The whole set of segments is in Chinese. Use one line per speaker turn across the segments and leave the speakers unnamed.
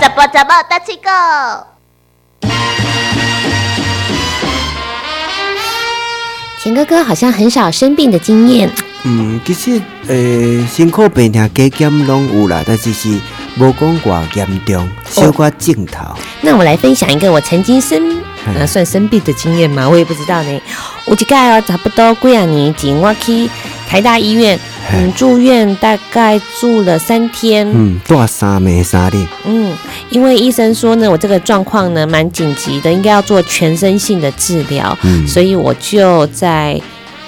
怎么怎么大七狗？
田哥哥好像很少生病的经验，
嗯，其实诶、呃辛苦病痛加减拢有啦，但是是无讲偌严重，
哦
小可镜头。
那我来分享一个我曾经生
嗯
呃算生病的经验嘛，我也不知道呢。我一盖哦，差不多几啊年前，我去台大医院，嗯，住院大概住了三天，
嗯，带三暝三日，
嗯，因为医生说呢，我这个状况呢蛮紧急的，应该要做全身性的治疗，
嗯，
所以我就在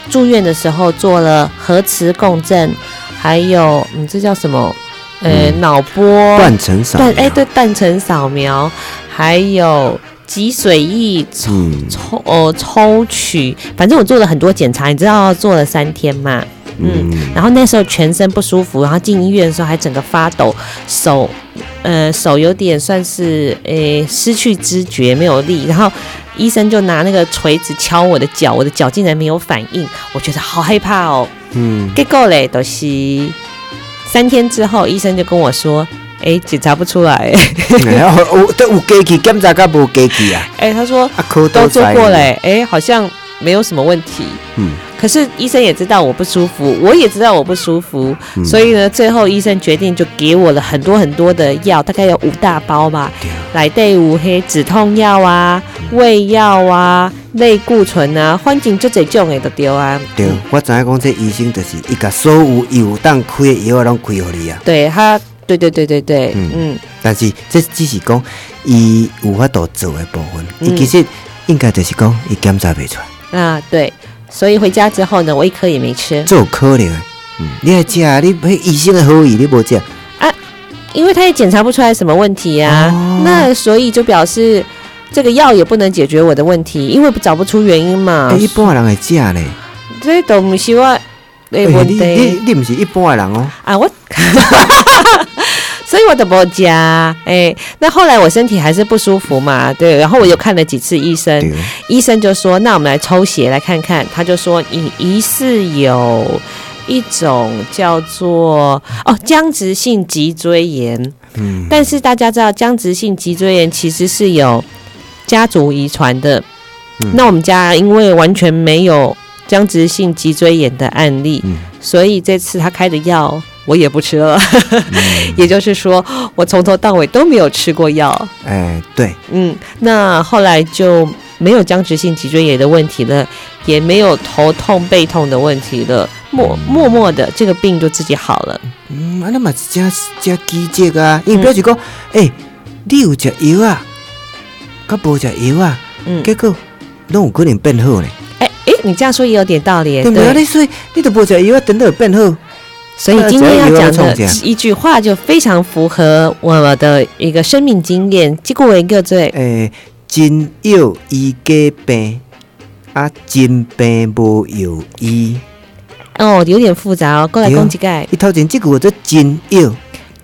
住院的时候做了核磁共振，还有嗯，这叫什么？呃，
嗯
脑波
断层扫描
断哎、对，断层扫描，还有脊髓液抽、
嗯
抽呃抽取，反正我做了很多检查，你知道做了三天嘛，嗯
嗯，
然后那时候全身不舒服，然后进医院的时候还整个发抖，手，呃，手有点算是诶失去知觉，没有力。然后医生就拿那个锤子敲我的脚，我的脚竟然没有反应，我觉得好害怕哦。
嗯，
结果嘞，都、是三天之后，医生就跟我说。诶，检查不出来，
然后哦有都有机器检查，甲无机器啊，
诶，哎他说
啊，科
都做过
嘞，
嘞，诶，好像没有什么问题。
嗯，
可是医生也知道我不舒服，我也知道我不舒服，
嗯
所以呢，最后医生决定就给我了很多很多的药，大概有五大包吧，来对五黑止痛药啊、
嗯
胃药啊、类固醇啊，反正就这种的都丢啊。
对
嗯，
我知影讲这医生就是伊甲所有有当开的药拢开互你啊，
对他，对对对对对，
嗯
嗯
但是这只是讲伊有法度做的部分，伊、
嗯
其实应该就是讲伊检查袂出来，
啊对，所以回家之后呢，我一颗也没吃，
这有可能的。嗯，啊你爱食啊，你迄医生的好意你无食，
因为他也检查不出来什么问题呀、
哦
那所以就表示。这个药也不能解决我的问题，因为找不出原因嘛。
欸一般人会食呢。
这都不是我的
欸
问
你
题
你你毋是一般的人哦。
啊，我， 所以我的不加哎。那后来我身体还是不舒服嘛，对，然后我又看了几次医生，
对，
医生就说，那我们来抽血来看看，他就说你疑似有。一种叫做哦僵直性脊椎炎，
嗯，
但是大家知道僵直性脊椎炎其实是有家族遗传的。
嗯
那我们家因为完全没有僵直性脊椎炎的案例，
嗯
所以这次他开的药我也不吃了，
嗯，
也就是说我从头到尾都没有吃过药。
哎，对，
嗯，那后来就没有僵直性脊椎炎的问题了，也没有头痛背痛的问题了，默默默的这个病就自己好了。
嗯，啊，那嘛是真真奇迹啊！因为表示讲，诶、你有食药啊，甲无食药啊，
嗯，
结果拢有可能变好呢。
哎哎，你这样说也有点道理耶，
对不对？你所以你都无食药啊，等到有变好。
所以今天要讲的
那只有一个人创
一句话就非常符合我的一个生命经验，结果我一个最
诶、哎真药医假病，啊，真病无药医。
哦有点复杂哦，过来
对啊
攻击盖
伊头前即句话做真药，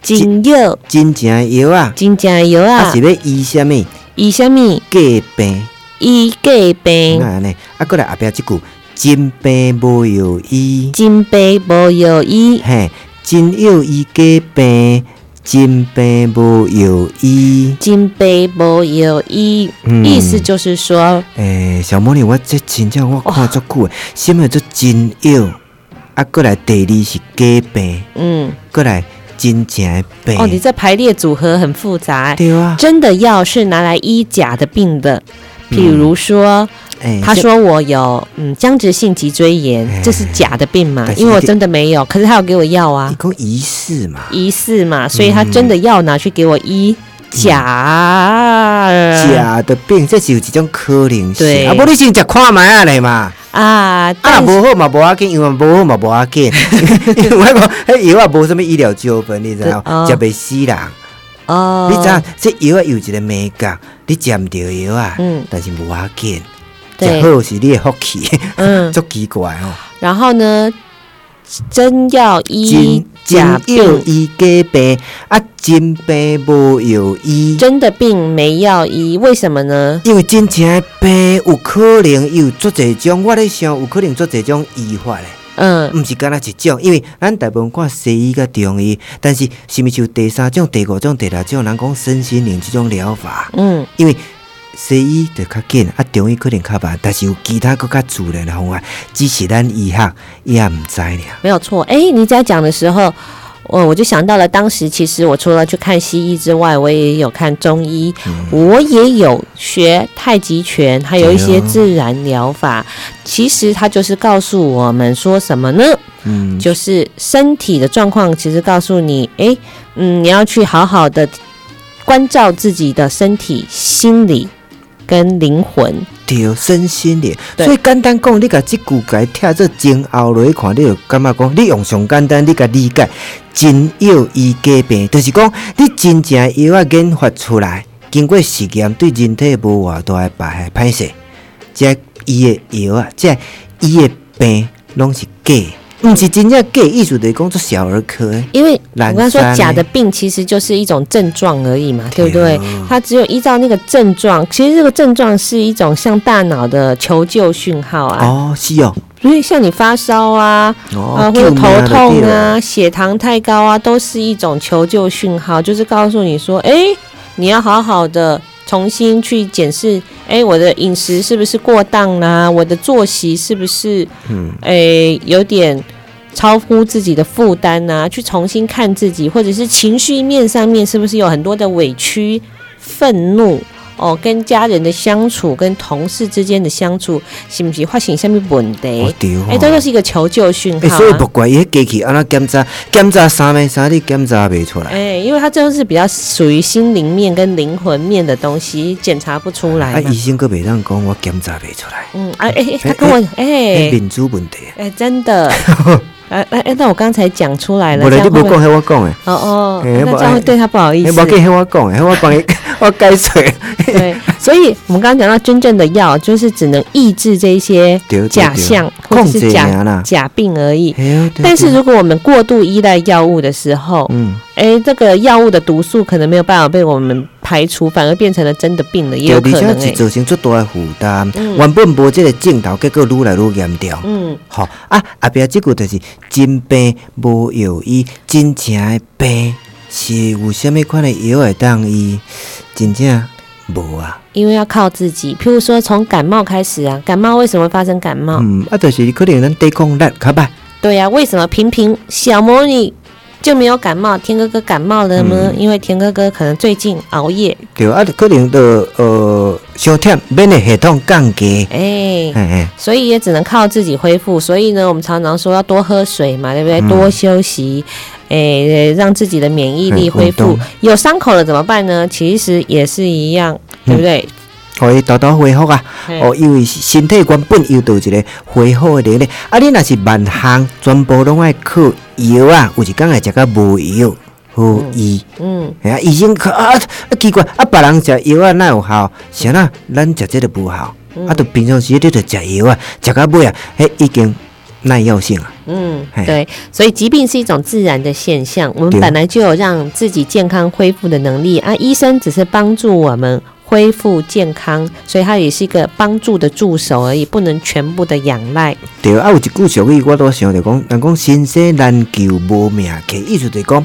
金柚
真正的药啊，
金加油
啊
啊
是，要医什么
以什么
假病？
医给病
那，安尼，啊，过来后壁即句真病无药医，
金杯无有医，
嘿，真药医假病，真病无药医。
金杯无有医，
嗯
意思就是说
诶、小魔女，我这真正我看足久诶，什么叫做真药？啊，过来第二是假病，
嗯
过来真正诶病。
哦，你这排列组合很复杂，
对啊，
真的药是拿来医假的病的，
嗯
譬如说。
诶、
他说我有嗯僵直性脊椎炎，这是假的病嘛
哎但？是
因为我真的没有，可是他有给我药
这，
啊
你，讲仪式嘛，
疑似嘛，所以他真的药拿去给我医啊假
嗯假的病，这是有一种可能
呃对
性。啊，无你先食看卖啊咧嘛，
啊，
啊，
但是
若无好嘛无要紧，因为无好嘛无 要紧。 因为我讲，迄药啊无什物医疗纠纷，你知道
对哦
吗？食袂死人。
哦，
你知影这药啊有一个美感，你食毋着药啊，
嗯
但是无要紧，
对
食好是你的福 气。
嗯，
足奇怪哦，
然后呢，真药医
真真
假
有
病
医假病，啊，真病无有医。
真的病没药医，为什么呢？
因为真正的病有可能有足侪种，我咧想有可能足侪种医法咧，
嗯，
毋是干那一种。因为咱大部分看西医甲中医，但是是毋是有第三种、第五种、第六种，人讲身心灵即种疗法，
嗯，
因为。西医就较紧，啊，中医可能较慢，但是有其他更较自然的方法，只是咱医学伊也毋知俩。
没有错。诶，你在讲的时候，哦我我就想到了，当时其实我除了去看西医之外，我也有看中医，我也有学太极拳，还有一些
对哦
自然疗法。其实它就是告诉我们说什么呢？
嗯，
就是身体的状况，其实告诉你，诶，嗯，你要去好好的关照自己的身体、心理跟灵魂。
对，身心灵。
对
所以简单讲，你甲即句解拆做前后落去看，你就感觉讲，你用上简单，你甲理解，真药医假病，就是讲你真正药啊研发出来，经过实验对人体无偌大的排害歹势，即伊的药啊，即伊的病拢是假的，
嗯
毋是真正假的，意思就是讲做小儿科的。
因为我
懒
刚刚说
散
假
呢
的病其实就是一种症状而已嘛，对不对
对啊？
它只有依照那个症状，其实这个症状是一种向大脑的求救讯号啊，
哦，是哦，
所以像你发烧啊，啊，
哦，
或者
救命
头
就
痛
对了，
啊、血糖太高啊，都是一种求救讯号，就是告诉你说，哎、你要好好的重新去检视，哎、我的饮食是不是过当啦、我的作息是不是，
嗯
哎、有点超乎自己的负担呐，去重新看自己，或者是情绪面上面是不是有很多的委屈、愤怒。哦，跟家人的相处，跟同事之间的相处，是不是发生什么问题？
哦对哦
哎、这就是一个求救讯
欸，
号、啊。
所以不怪伊迄机器安怎检查，检查三暝三日检查袂出
哎、
来，
因为它这是比较属于心灵面跟灵魂面的东西，检查不出
啊，
来嘛。
医生佫袂当讲我检查袂出来，
嗯，啊，哎、哎、他
哎
跟我，哎、
迄
哎、
面子问题啊。
真 的，哎哎、哎，那我刚才讲出来了，
无
哎这
咧，
样
你
会
无
不会
讲，迄我讲诶，
哦哦，
哎
那
不
这样会
哎
对他不好意
迄
思。
无计迄我讲诶，迄我帮你， 我解释。
对，所以我们刚刚讲到真正的药，就是只能抑制这一些
对对
假
对
象或者
控
是
制
假
尔啦。
假病而已。
嘿哦对
但是
对
如果我们过度依赖药物的时候，
嗯，
哎，这个药物的毒素可能没有办法被我们排除，反而变成了真的病了，也
对，
有
而
可能
且
哎
是。造成足大诶负担，
嗯
原本无即个症头，结果愈来愈严重。
嗯，
吼、啊，后壁即句就是真病无药医，真正的病是有虾物款的药会当医，真正无啊。
因为要靠自己。譬如说，从感冒开始啊，感冒为什么发生感冒？
嗯，啊，就是可能咱抵抗力较歹，
对呀、为什么平平小魔女就没有感冒，天哥哥感冒了
嗯
呢？因为天哥哥可能最近熬夜，
对啊，可能就呃伤忝，免疫系统降低，
哎、
嘿嘿，
所以也只能靠自己恢复。所以呢，我们常常说要多喝水嘛，对不对？
嗯
多休息，诶、让自己的免疫力
嗯
恢
运
复
动。
有伤口了怎么办呢？其实也是一样，对不对？
互伊豆豆恢复啊。
嘿
哦，因为身体原本又到一个恢复的能力，啊，你若是万项全部拢爱靠药啊，有一工会食到无药好医。
嗯，
哎呀，医生可啊啊奇怪，啊别人食药啊哪有效？啥呐？咱食这个无效，
嗯
啊，就平常时你着食药啊，食到尾啊，迄已经耐药性啊。
嗯，
嘿
对，所以疾病是一种自然的现象，我们
对
本来就有让自己健康恢复的能力啊，医生只是帮助我们恢复健康，所以它也是一个帮助的助手而已，不能全部的仰赖。
对，啊，有一句俗语，我都想着讲，人讲先生难求无命客，意思就是讲，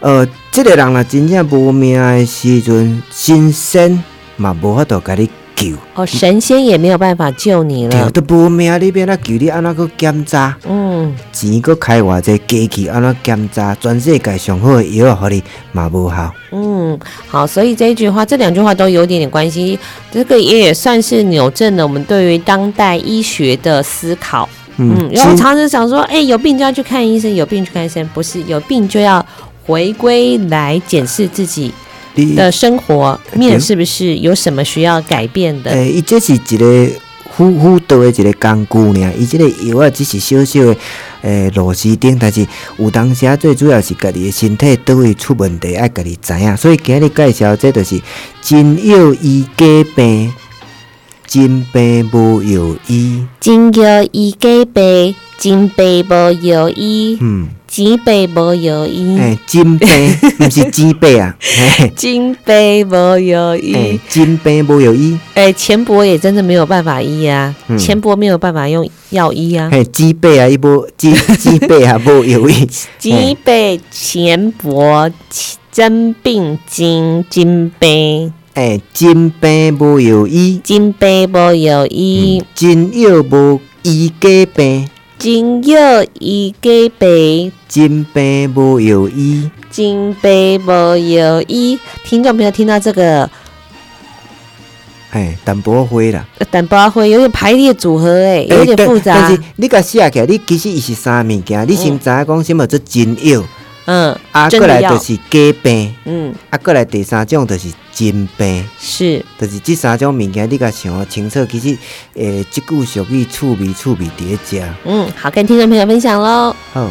呃，即、个人若真正无命的时阵，先生嘛无法度甲你救，
哦，神仙也没有办法救你
对，
了。
都无命，你要哪救？你安怎去检查？
嗯，
钱搁开偌济，机器安怎检查？全世界上好的药，互你嘛无效。
嗯，好，所以这一句话，这两句话都有一点点关系，这个也算是扭正了我们对于当代医学的思考。嗯，然后
真
常常想说，哎、有病就要去看医生，有病去看医生，不是有病就要回归来检视自己
你
的生活面
对
是不是有什么需要改变的。
诶，伊这是一个辅辅导的一个工具尔，伊这个药啊只是小小的诶螺丝钉，但是有当时啊最主要是家己的身体倒位出问题，爱家己知影。所以今日介绍这就是真药医假病，真病无药医。
金药医给杯，金杯无药医，
嗯，
钱杯无药医，
嘿，金杯毋是金杯啊， 嘿，
金杯无药医
嘿。，金杯无有医，
哎，钱帛也真的没有办法医啊，
嗯
钱帛没有办法用药医啊。
嘿，金杯啊，伊无金金杯啊，无有医，
脊背钱帛真病金金杯，
嘿，金杯无有医，
金杯无药医，
金药嗯无医假病，
金药医给杯。
金杯无有医。
金杯无药医，听众朋友听到这个
嘿，淡薄灰啦，
呃蛋包会有点排列组合、哎、有
欸
点
但
复杂。
但是你甲写起来，你其实伊是三物件，你先
嗯
知影讲什么做真药，
嗯
啊，
真
过
的
来
药
就是假病，
嗯，
啊，过来第三种就是真病，
是
就是即三种物件，你甲想清楚，其实呃诶，即句俗语趣味趣味伫咧遮。
嗯，好，跟听众朋友分享喽。
好，